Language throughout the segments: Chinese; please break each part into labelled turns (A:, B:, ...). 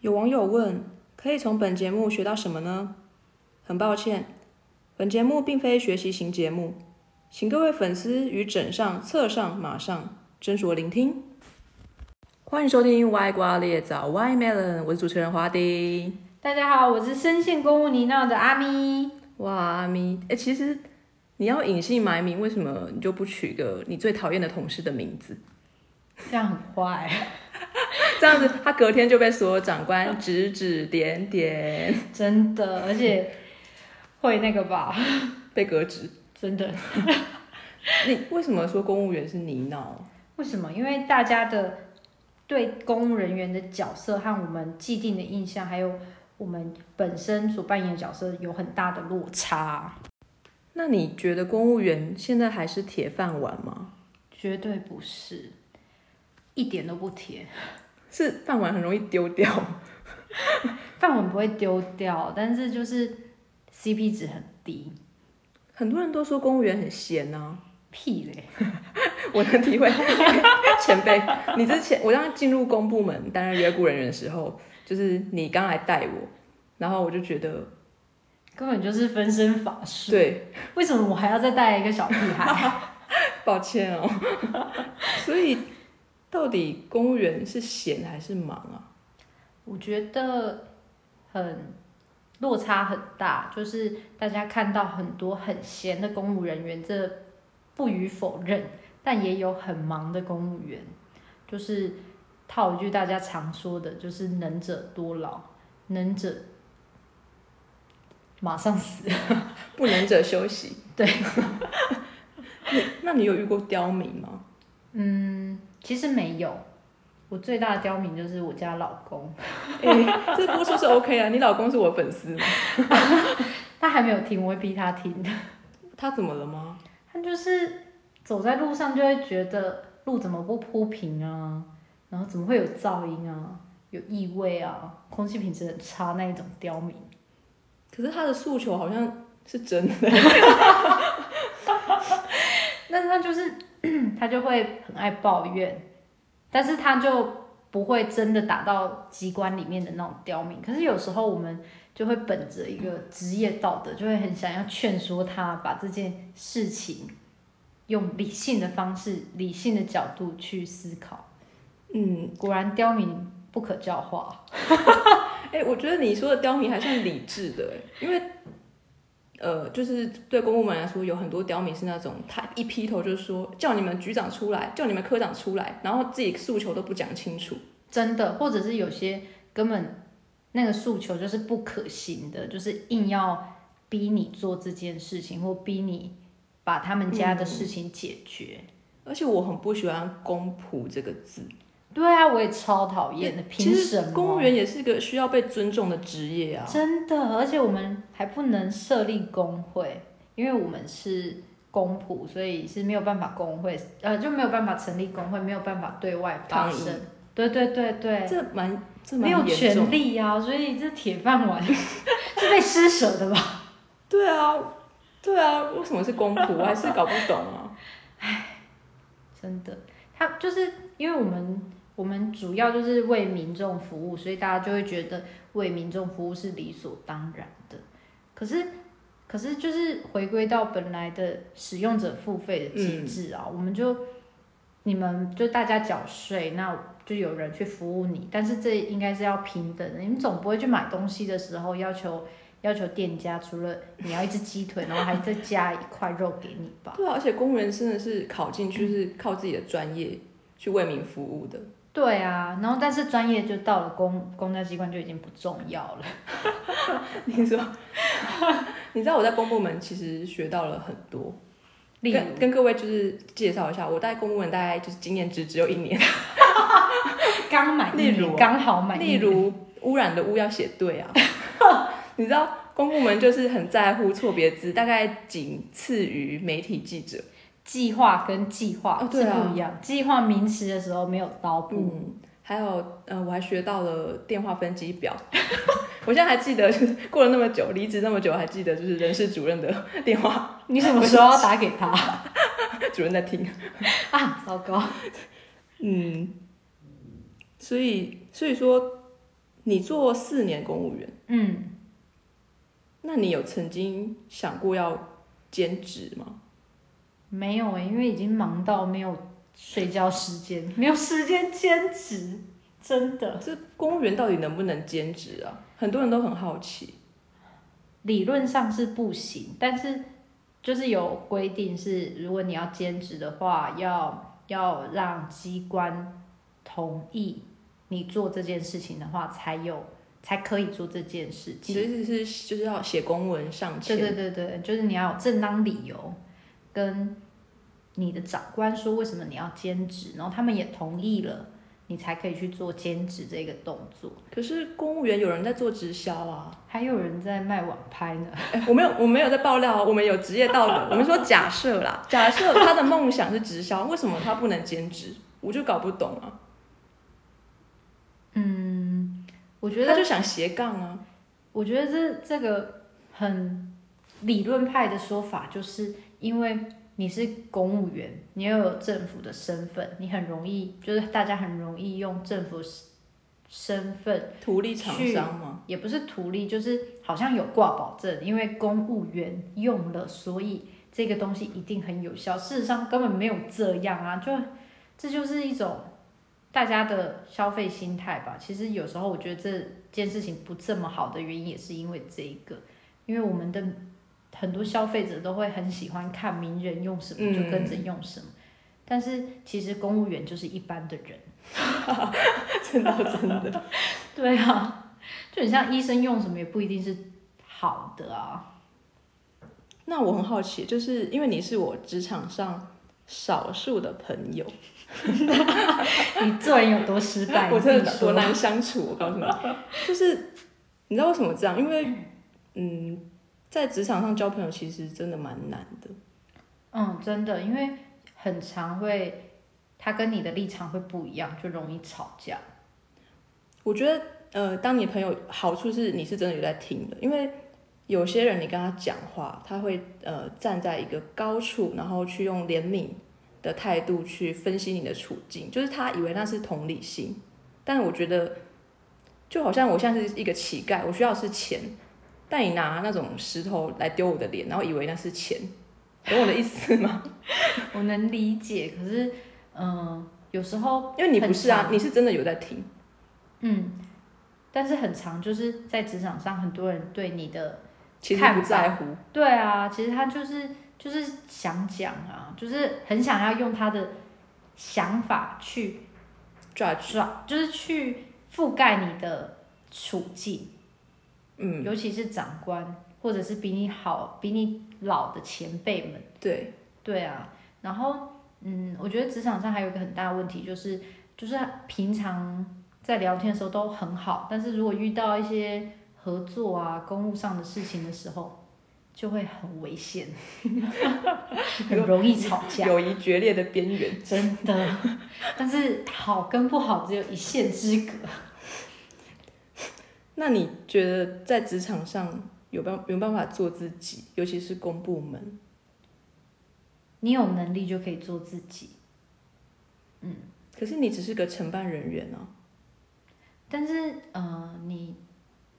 A: 有网友问：可以从本节目学到什么呢？很抱歉，本节目并非学习型节目，请各位粉丝于枕上、侧上、马上斟酌聆听。欢迎收听歪瓜裂枣 Y Melon，我是主持人华丁。
B: 大家好，我是深陷公务泥淖的阿咪。
A: 哇，阿咪，哎、其实你要隐姓埋名，为什么你就不取一个你最讨厌的同事的名字？
B: 这样很坏，
A: 这样子，他隔天就被所有长官指指点点，
B: 真的，而且会那个吧，
A: 被革职。
B: 真的。
A: 你为什么说公务员是泥淖？
B: 为什么？因为大家的对公务人员的角色和我们既定的印象，还有我们本身所扮演的角色有很大的落差，
A: 那你觉得公务员现在还是铁饭碗吗？
B: 绝对不是，一点都不甜。
A: 是饭碗很容易丢掉，
B: 饭碗不会丢掉，但是就是 CP 值很低，
A: 很多人都说公务员很闲啊，
B: 屁嘞，
A: 我能体会。哎前辈，你之前我刚进入公部门担任约雇人员的时候，就是你刚来带我，然后我就觉得，
B: 根本就是分身乏术。
A: 对，
B: 为什么我还要再带一个小屁孩？
A: 抱歉哦。所以到底公务员是闲还是忙啊？
B: 我觉得很落差很大，就是大家看到很多很闲的公务人员，这不予否认，但也有很忙的公务员，就是套一句大家常说的，就是能者多劳，能者马上死。
A: 不能者休息。
B: 对
A: 你。 那你有遇过刁民吗？
B: 嗯，其实没有，我最大的刁民就是我家老公，
A: 哎、这播出是 OK 啊，你老公是我粉丝，
B: 他还没有听，我会逼他听。
A: 他怎么了吗？
B: 他就是走在路上就会觉得路怎么不铺平啊，然后怎么会有噪音啊，有异味啊，空气品质很差那一种刁民。
A: 可是他的诉求好像是真的，
B: 但是他就是 他就会很爱抱怨，但是他就不会真的打到机关里面的那种刁民。可是有时候我们就会本着一个职业道德，就会很想要劝说他把这件事情用理性的方式、理性的角度去思考。
A: 嗯，
B: 果然刁民不可教化。
A: 哎、我觉得你说的刁民还算理智的、因为，呃，就是对公务们来说，有很多刁民是那种他一劈头就说叫你们局长出来，叫你们科长出来，然后自己诉求都不讲清楚，
B: 真的，或者是有些根本那个诉求就是不可行的，就是硬要逼你做这件事情，或逼你把他们家的事情解决。
A: 而且我很不喜欢“公仆”这个字，
B: 对啊，我也超讨厌的，
A: 哎其
B: 凭
A: 实
B: 什么？
A: 公务员也是一个需要被尊重的职业啊。
B: 真的，而且我们还不能设立工会，因为我们是公仆，所以是没有办法工会，呃，就没有办法成立工会，没有办法对外发
A: 抗议
B: 声。对对对对，
A: 这蛮这
B: 没
A: 蛮
B: 有
A: 严重的
B: 权利啊，所以这铁饭碗 是被施舍的吧？
A: 对啊，对啊，为什么是公仆？我还是搞不懂啊。
B: 真的，他就是因为我们我们主要就是为民众服务，所以大家就会觉得为民众服务是理所当然的。可是可是就是回归到本来的使用者付费的机制啊，我们就你们就大家缴税，那就有人去服务你，但是这应该是要平等的。你们总不会去买东西的时候要求要求店家除了你要一只鸡腿，然后还再加一块肉给你吧？
A: 对啊，而且公务员真的是考进去是靠自己的专业去为民服务的。
B: 对啊，然后但是专业就到了公公家机关就已经不重要了。
A: 你说，你知道我在公部门其实学到了很多，
B: 例如
A: 跟跟各位就是介绍一下，我在公部门大概就是经验值只有一年。
B: 刚满一
A: 例如
B: 年，
A: 啊
B: 刚好满一
A: 例
B: 年，
A: 如污染的污要写对 啊，你知道公部门就是很在乎错别字，大概仅次于媒体记者。
B: 计划跟计划
A: 哦
B: 是
A: 对啊
B: 不一样。计划名词的时候没有刀部，
A: 嗯，还有呃，我还学到了电话分机表。 我现在还记得，就是过了那么久，离职那么久，还记得就是人事主任的电话，
B: 你什么时候要打给他
A: 主任在听。
B: 啊？糟糕，
A: 嗯，所以所以说，你做四年公务员，
B: 嗯，
A: 那你有曾经想过要兼职吗？
B: 没有诶、欸因为已经忙到没有睡觉时间，没有时间兼职，真的。
A: 这公务员到底能不能兼职啊？很多人都很好奇。
B: 理论上是不行，但是就是有规定是，如果你要兼职的话，要要让机关同意你做这件事情的话，才有才可以做这件事
A: 你
B: 情。
A: 的意思是就是要写公文上
B: 对
A: 签？
B: 对对对，就是你要有正当理由跟你的长官说为什么你要兼职，然后他们也同意了，你才可以去做兼职这个动作。
A: 可是公务员有人在做直销啊！
B: 还有人在卖网拍呢，
A: 哎，我没有，我没有在爆料啊，我们有职业道德。我们说假设啦，假设他的梦想是直销，为什么他不能兼职？我就搞不懂啊。
B: 我觉得
A: 他就想斜杠啊。
B: 我觉得这这个很理论派的说法，就是因为你是公务员，你又有政府的身份，你很容易就是大家很容易用政府身份，
A: 图利厂商吗？
B: 也不是图利，就是好像有挂保证，因为公务员用了，所以这个东西一定很有效。事实上根本没有这样啊，就这就是一种大家的消费心态吧。其实有时候我觉得这件事情不这么好的原因，也是因为这一个，因为我们的很多消费者都会很喜欢看名人用什么
A: 嗯
B: 就跟着用什么，但是其实公务员就是一般的人。
A: 真的真的，
B: 对啊，就很像医生用什么也不一定是好的啊。
A: 那我很好奇，就是因为你是我职场上少数的朋友，
B: 你做人有多失 败？
A: 我
B: 你自己
A: 真的多
B: 说
A: 难相处，我告诉 你，就是你知道为什么这样？因为嗯，在职场上交朋友其实真的蛮难的。
B: 嗯，真的，因为很常会，他跟你的立场会不一样，就容易吵架。
A: 我觉得呃，当你朋友好处是你是真的有在听的，因为有些人你跟他讲话，他会呃站在一个高处，然后去用怜悯的态度去分析你的处境，就是他以为那是同理心，但我觉得就好像我像是一个乞丐，我需要的是钱，但你拿那种石头来丢我的脸，然后以为那是钱，懂我的意思吗？
B: 我能理解，可是，嗯，有时候
A: 因为你不是啊
B: 很，常
A: 你是真的有在听，
B: 嗯，但是很常就是在职场上，很多人对你的
A: 其实
B: 看
A: 不
B: 法
A: 在乎。
B: 对啊，其实他就是就是想讲啊，就是很想要用他的想法去
A: judge，
B: 转，就是去覆盖你的处境，
A: 嗯，
B: 尤其是长官或者是比你好、比你老的前辈们。
A: 对。
B: 对啊，然后嗯，我觉得职场上还有一个很大的问题就是，就是平常在聊天的时候都很好，但是如果遇到一些合作啊、公务上的事情的时候，就会很危险， 很容易吵架，
A: 友谊决裂的边缘。
B: 真的。但是好跟不好只有一线之隔。
A: 那你觉得在职场上有办有办法做自己，尤其是公部门？
B: 你有能力就可以做自己，
A: 可是你只是个承办人员啊，
B: 但是呃，你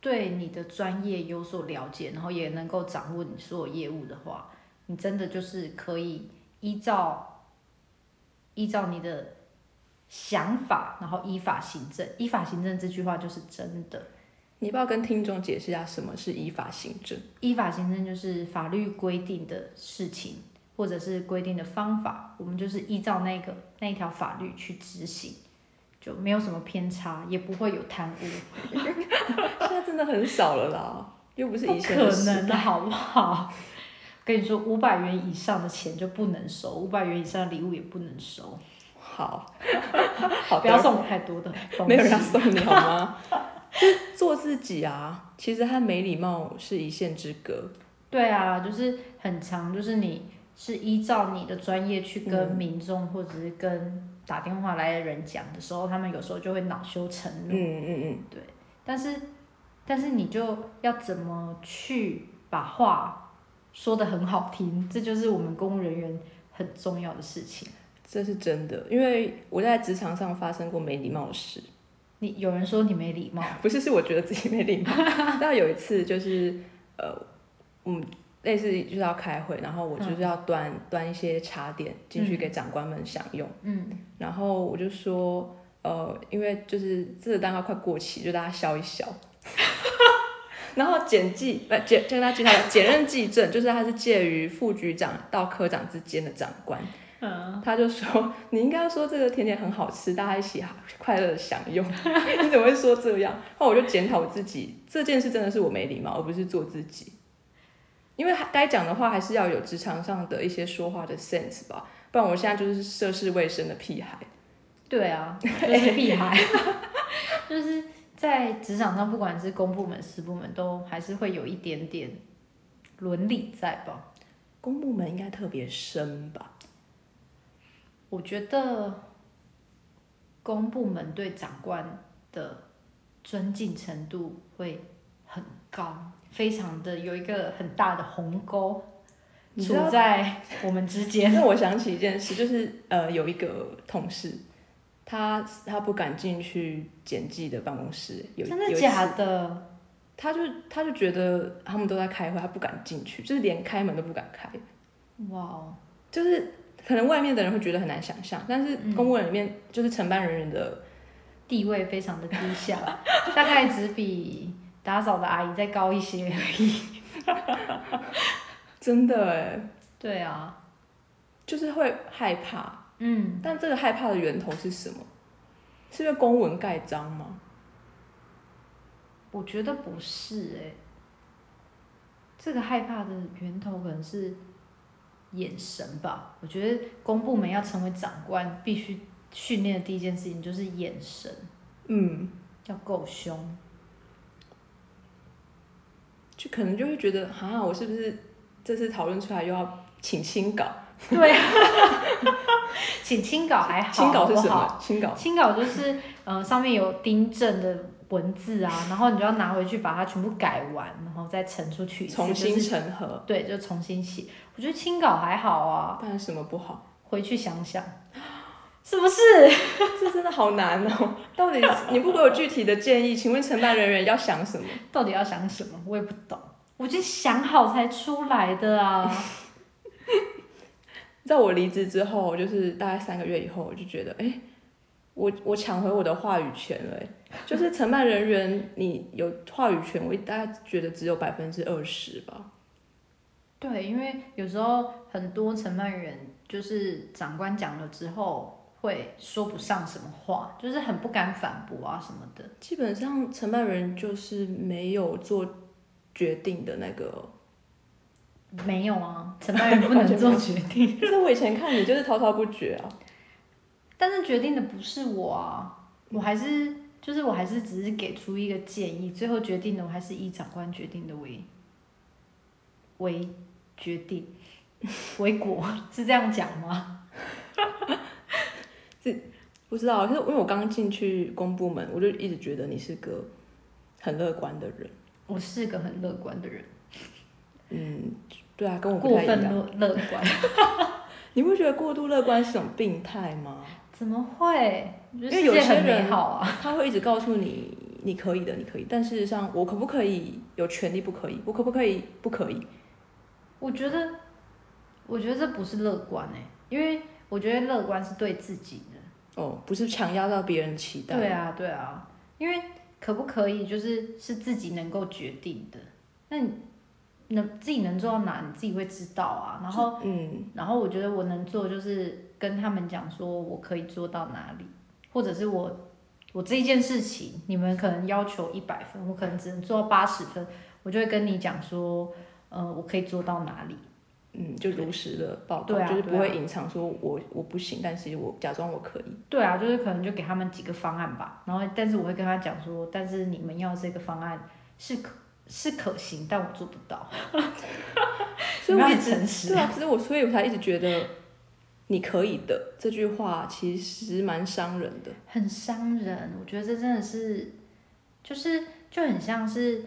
B: 对你的专业有所了解，然后也能够掌握你所有业务的话，你真的就是可以依照依照你的想法，然后依法行政。依法行政这句话就是真的，
A: 你要不要跟听众解释一下什么是依法行政？
B: 依法行政就是法律规定的事情，或者是规定的方法，我们就是依照那个那一条法律去执行，就没有什么偏差，也不会有贪污。
A: 现在真的很少了啦，又不是以前
B: 不
A: 的
B: 可
A: 事
B: 能的好不好？ 跟你说，五百元以上的钱就不能收，五百元以上的礼物也不能收，
A: 好，好
B: 不要
A: 的，
B: 送我太多的东
A: 没有人要
B: 西。
A: 送你好吗？就是做自己啊，其实和没礼貌是一线之隔。
B: 对啊，就是很长，就是你是依照你的专业去跟民众、或者是跟打电话来的人讲的时候，他们有时候就会恼羞成
A: 嗯
B: 怒。
A: 嗯嗯，
B: 但是，但是你就要怎么去把话说的很好听，这就是我们公务人员很重要的事情。
A: 这是真的，因为我在职场上发生过没礼貌的事。
B: 你有人说你没礼貌，
A: 不是，是我觉得自己没 礼貌。那有一次就是，呃，嗯，类似就是要开会，然后我就是要端、端一些茶点进去给长官们享用，
B: 嗯，
A: 然后我就说，呃，因为就是这个蛋糕快过期，就大家削一削。 然后简记不简，就跟他记他的简任记证， 就是他是介于副局长到科长之间的长官，
B: 嗯
A: 他就说你应该说这个甜点很好吃，大家一起哈快乐的享用。 你怎么会说这样？后来我就检讨我自己，这件事真的是我没礼貌，而不是做自己。因为还该讲的话还是要有职场上的一些说话的 sense 吧，不然我现在就是涉世未深的屁孩。
B: 对 啊，就是屁孩， 就是在职场上，不管是公部门、私部门，都还是会有一点点伦理在吧。
A: 公部门应该特别深吧？
B: 我觉得公部门对长官的尊敬程度会很高，非常的有一个很大的鸿沟
A: 你知
B: 处
A: 道
B: 在我们之间。
A: 那我想起一件事，就是呃，有一个同事，他他不敢进去简纪的办公室， 有
B: 真
A: 有一
B: 的
A: 次
B: 假的？
A: 他就他就觉得他们都在开会，他不敢进去，就是连开门都不敢开，
B: 哇哦，
A: 就是可能外面的人会觉得很难想象，但是
B: 嗯
A: 公务人里面、就是承办人员的，
B: 地位非常的低下， 大概只比打扫的阿姨再高一些而已。
A: 真的哎，
B: 对啊，
A: 就是会害怕，
B: 嗯，
A: 但这个害怕的源头是什么？是因为公文盖章吗？
B: 我觉得不是哎、这个害怕的源头可能是眼神吧。我觉得公部门要成为长官，必须训练的第一件事情就是眼神
A: 嗯，
B: 要够凶。
A: 就可能就会觉得，哈，我是不是这次讨论出来又要请清稿？
B: 对啊， 请清稿哎还好，
A: 清稿是
B: 好
A: 什
B: 不好
A: 么？清稿
B: 清稿就是呃上面有订正的文字啊，然后你就要拿回去把它全部改完，然后再呈出去一次，
A: 重
B: 就
A: 新
B: 是
A: 成合，
B: 对，就重新写。我觉得清稿还好啊。
A: 当然什么不好？
B: 回去想想，是不是？
A: 这真的好难哦！到底你不给我具体的建议，请问承办人员要想什么？
B: 到底要想什么？我也不懂，我就想好才出来的啊。
A: 在我离职之后，就是大概三个月以后，我就觉得，哎、我我抢回我的话语权了、诶就是承办人员，你有话语权，我大概觉得只有百分之二十吧。
B: 对，因为有时候很多承办人就是长官讲了之后，会说不上什么话，就是很不敢反驳啊什么的。
A: 基本上承办人就是没有做决定的那个。
B: 没有啊，承办人不能做决定，
A: 可是我以前看你就是滔滔不绝啊，
B: 但是决定的不是我啊，我还是就是我还是只是给出一个建议，最后决定的我还是以长官决定的为为决定 为果， 是这样讲吗？
A: 不知道，可是因为我刚进去公部门，我就一直觉得你是个很乐观的人。
B: 我是个很乐观的人，
A: 嗯，对啊，跟我不
B: 过
A: 太一
B: 分
A: 样。
B: 乐乐观，
A: 你不觉得过度乐观是种病态吗？
B: 怎么会？因
A: 为有些
B: 很美
A: 人
B: 好啊，
A: 他会一直告诉你你可以的，你可以，但事实上我可不可以有权利不可以？我可不可以不可以？
B: 我觉得我觉得这不是乐观哎、因为我觉得乐观是对自己的。
A: 哦，不是强压到别人的期待。
B: 对啊，对啊，因为可不可以就是是自己能够决定的，那你能自己能做到哪，你自己会知道啊。然后，
A: 嗯，
B: 然后我觉得我能做就是跟他们讲说我可以做到哪里，或者是我我这一件事情，你们可能要求一百分，我可能只能做到八十分，我就会跟你讲说，呃，我可以做到哪里。
A: 嗯，就如实的报告，
B: 对啊
A: 就是不
B: 对
A: 会
B: 啊
A: 隐藏说我我不行，但其实我假装我可 以。
B: 对啊，就是可能就给他们几个方案吧，然后但是我会跟他讲说，但是你们要这个方案是可是可行，但我做不 到，
A: 所以我
B: 你
A: 一
B: 们很
A: 直
B: 诚实
A: 对啊，可是我所以我才一直觉得你可以的这句话其实蛮伤人的。
B: 很伤人。我觉得这真的是，就是就很像是，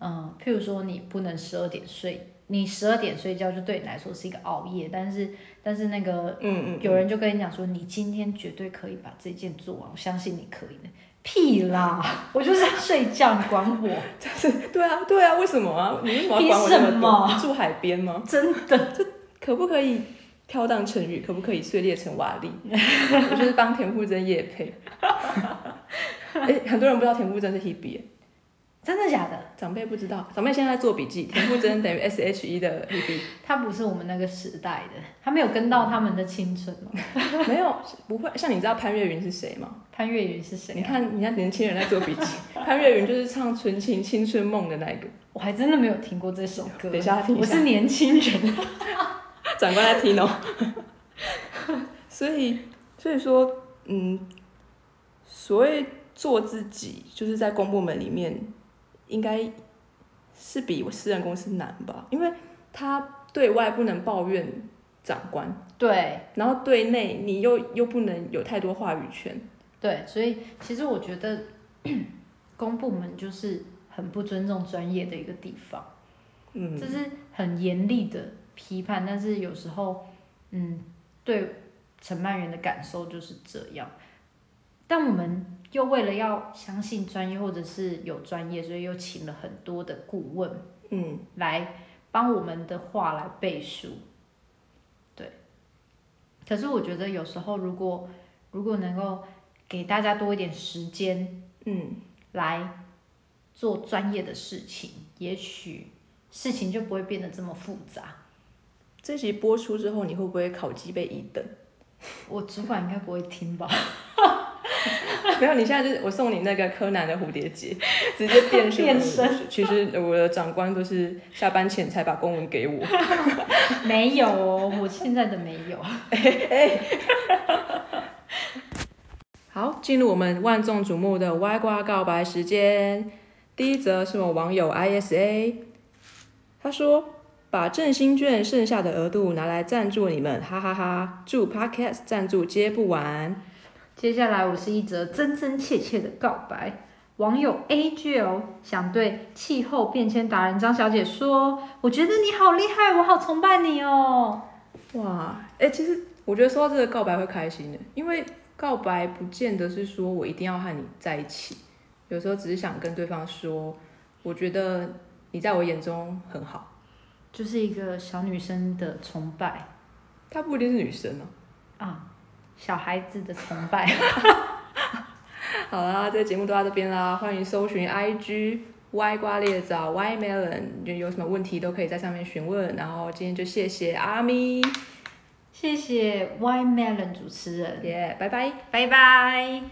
B: 嗯、譬如说你不能十二点睡，你十二点睡觉就对你来说是一个熬夜，但是但是那个
A: 嗯嗯，
B: 有人就跟你讲说，你今天绝对可以把这件做完，我相信你可以的。屁啦！我就是要 睡觉，你管我？
A: 对啊，对啊，为什么啊？你为什么要管我
B: 凭
A: 这
B: 什
A: 么
B: 么
A: 多？住海边吗？
B: 真的，
A: 可不可以飘荡成雨？可不可以碎裂成 瓦砾？我就是帮田馥甄夜配。哎、很多人不知道田馥甄是 Hebe，
B: 真的假的？
A: 长辈不知道，长辈现在在做笔记。田馥甄等于 S H E 的 Hebe，
B: 他不是我们那个时代的，他没有跟到他们的青春哦。
A: 没有不会。像你知道潘越云是谁吗？
B: 潘越云是谁、啊？
A: 你，看人家年轻人在做笔记，潘越云就是唱《纯情青春梦》的那一个。
B: 我还真的没有听过这首歌。
A: 等一下听一下
B: 我是年轻 人。
A: 长官在听哦。 所以，所以说，嗯，所谓做自己，就是在公部门里面，应该是比私人公司难吧？因为他对外不能抱怨长官，
B: 对，
A: 然后对内你又又不能有太多话语权。
B: 对，所以其实我觉得 公部门就是很不尊重专业的一个地方，
A: 嗯，
B: 这是很严厉的批判，但是有时候，嗯，对陈曼媛的感受就是这样。但我们又为了要相信专业，或者是有专业，所以又请了很多的顾问
A: 嗯，
B: 来帮我们的话来背书。对，可是我觉得有时候如果如果能够给大家多一点时间，
A: 嗯，
B: 来做专业的事情，也许事情就不会变得这么复杂。
A: 这集播出之后，你会不会考绩被一等？
B: 我主管应该不会听吧？
A: 没有，你现在就是我送你那个柯南的蝴蝶结， 直接变身。
B: 变身
A: 其实我的长官都是下班前才把公文给我。
B: 没有哦，我现在的没有。
A: 好，进入我们万众瞩目的歪瓜告白时间。第一则是我网友 ISA，他说把振兴券剩下的额度拿来赞助你们，哈哈哈祝 Podcast 赞助接不完。
B: 接下来我是一则真真切切的告白。网友 A G L 想对气候变迁达人张小姐说：“我觉得你好厉害，我好崇拜你哦。
A: 哇，哎、其实我觉得说到这个告白会开心的，因为告白不见得是说我一定要和你在一起，有时候只是想跟对方说，我觉得你在我眼中很好。”
B: 就是一个小女生的崇拜
A: 她不一定是女生哦、
B: 啊，小孩子的崇拜。
A: 好啦，这个节目就到这边啦，欢迎搜寻 IG Y 瓜裂枣 Y Melon，就有什么问题都可以在上面询问。然后今天就谢谢阿咪，
B: 谢谢 Y Melon 主持人，
A: 耶、拜拜。
B: 拜拜。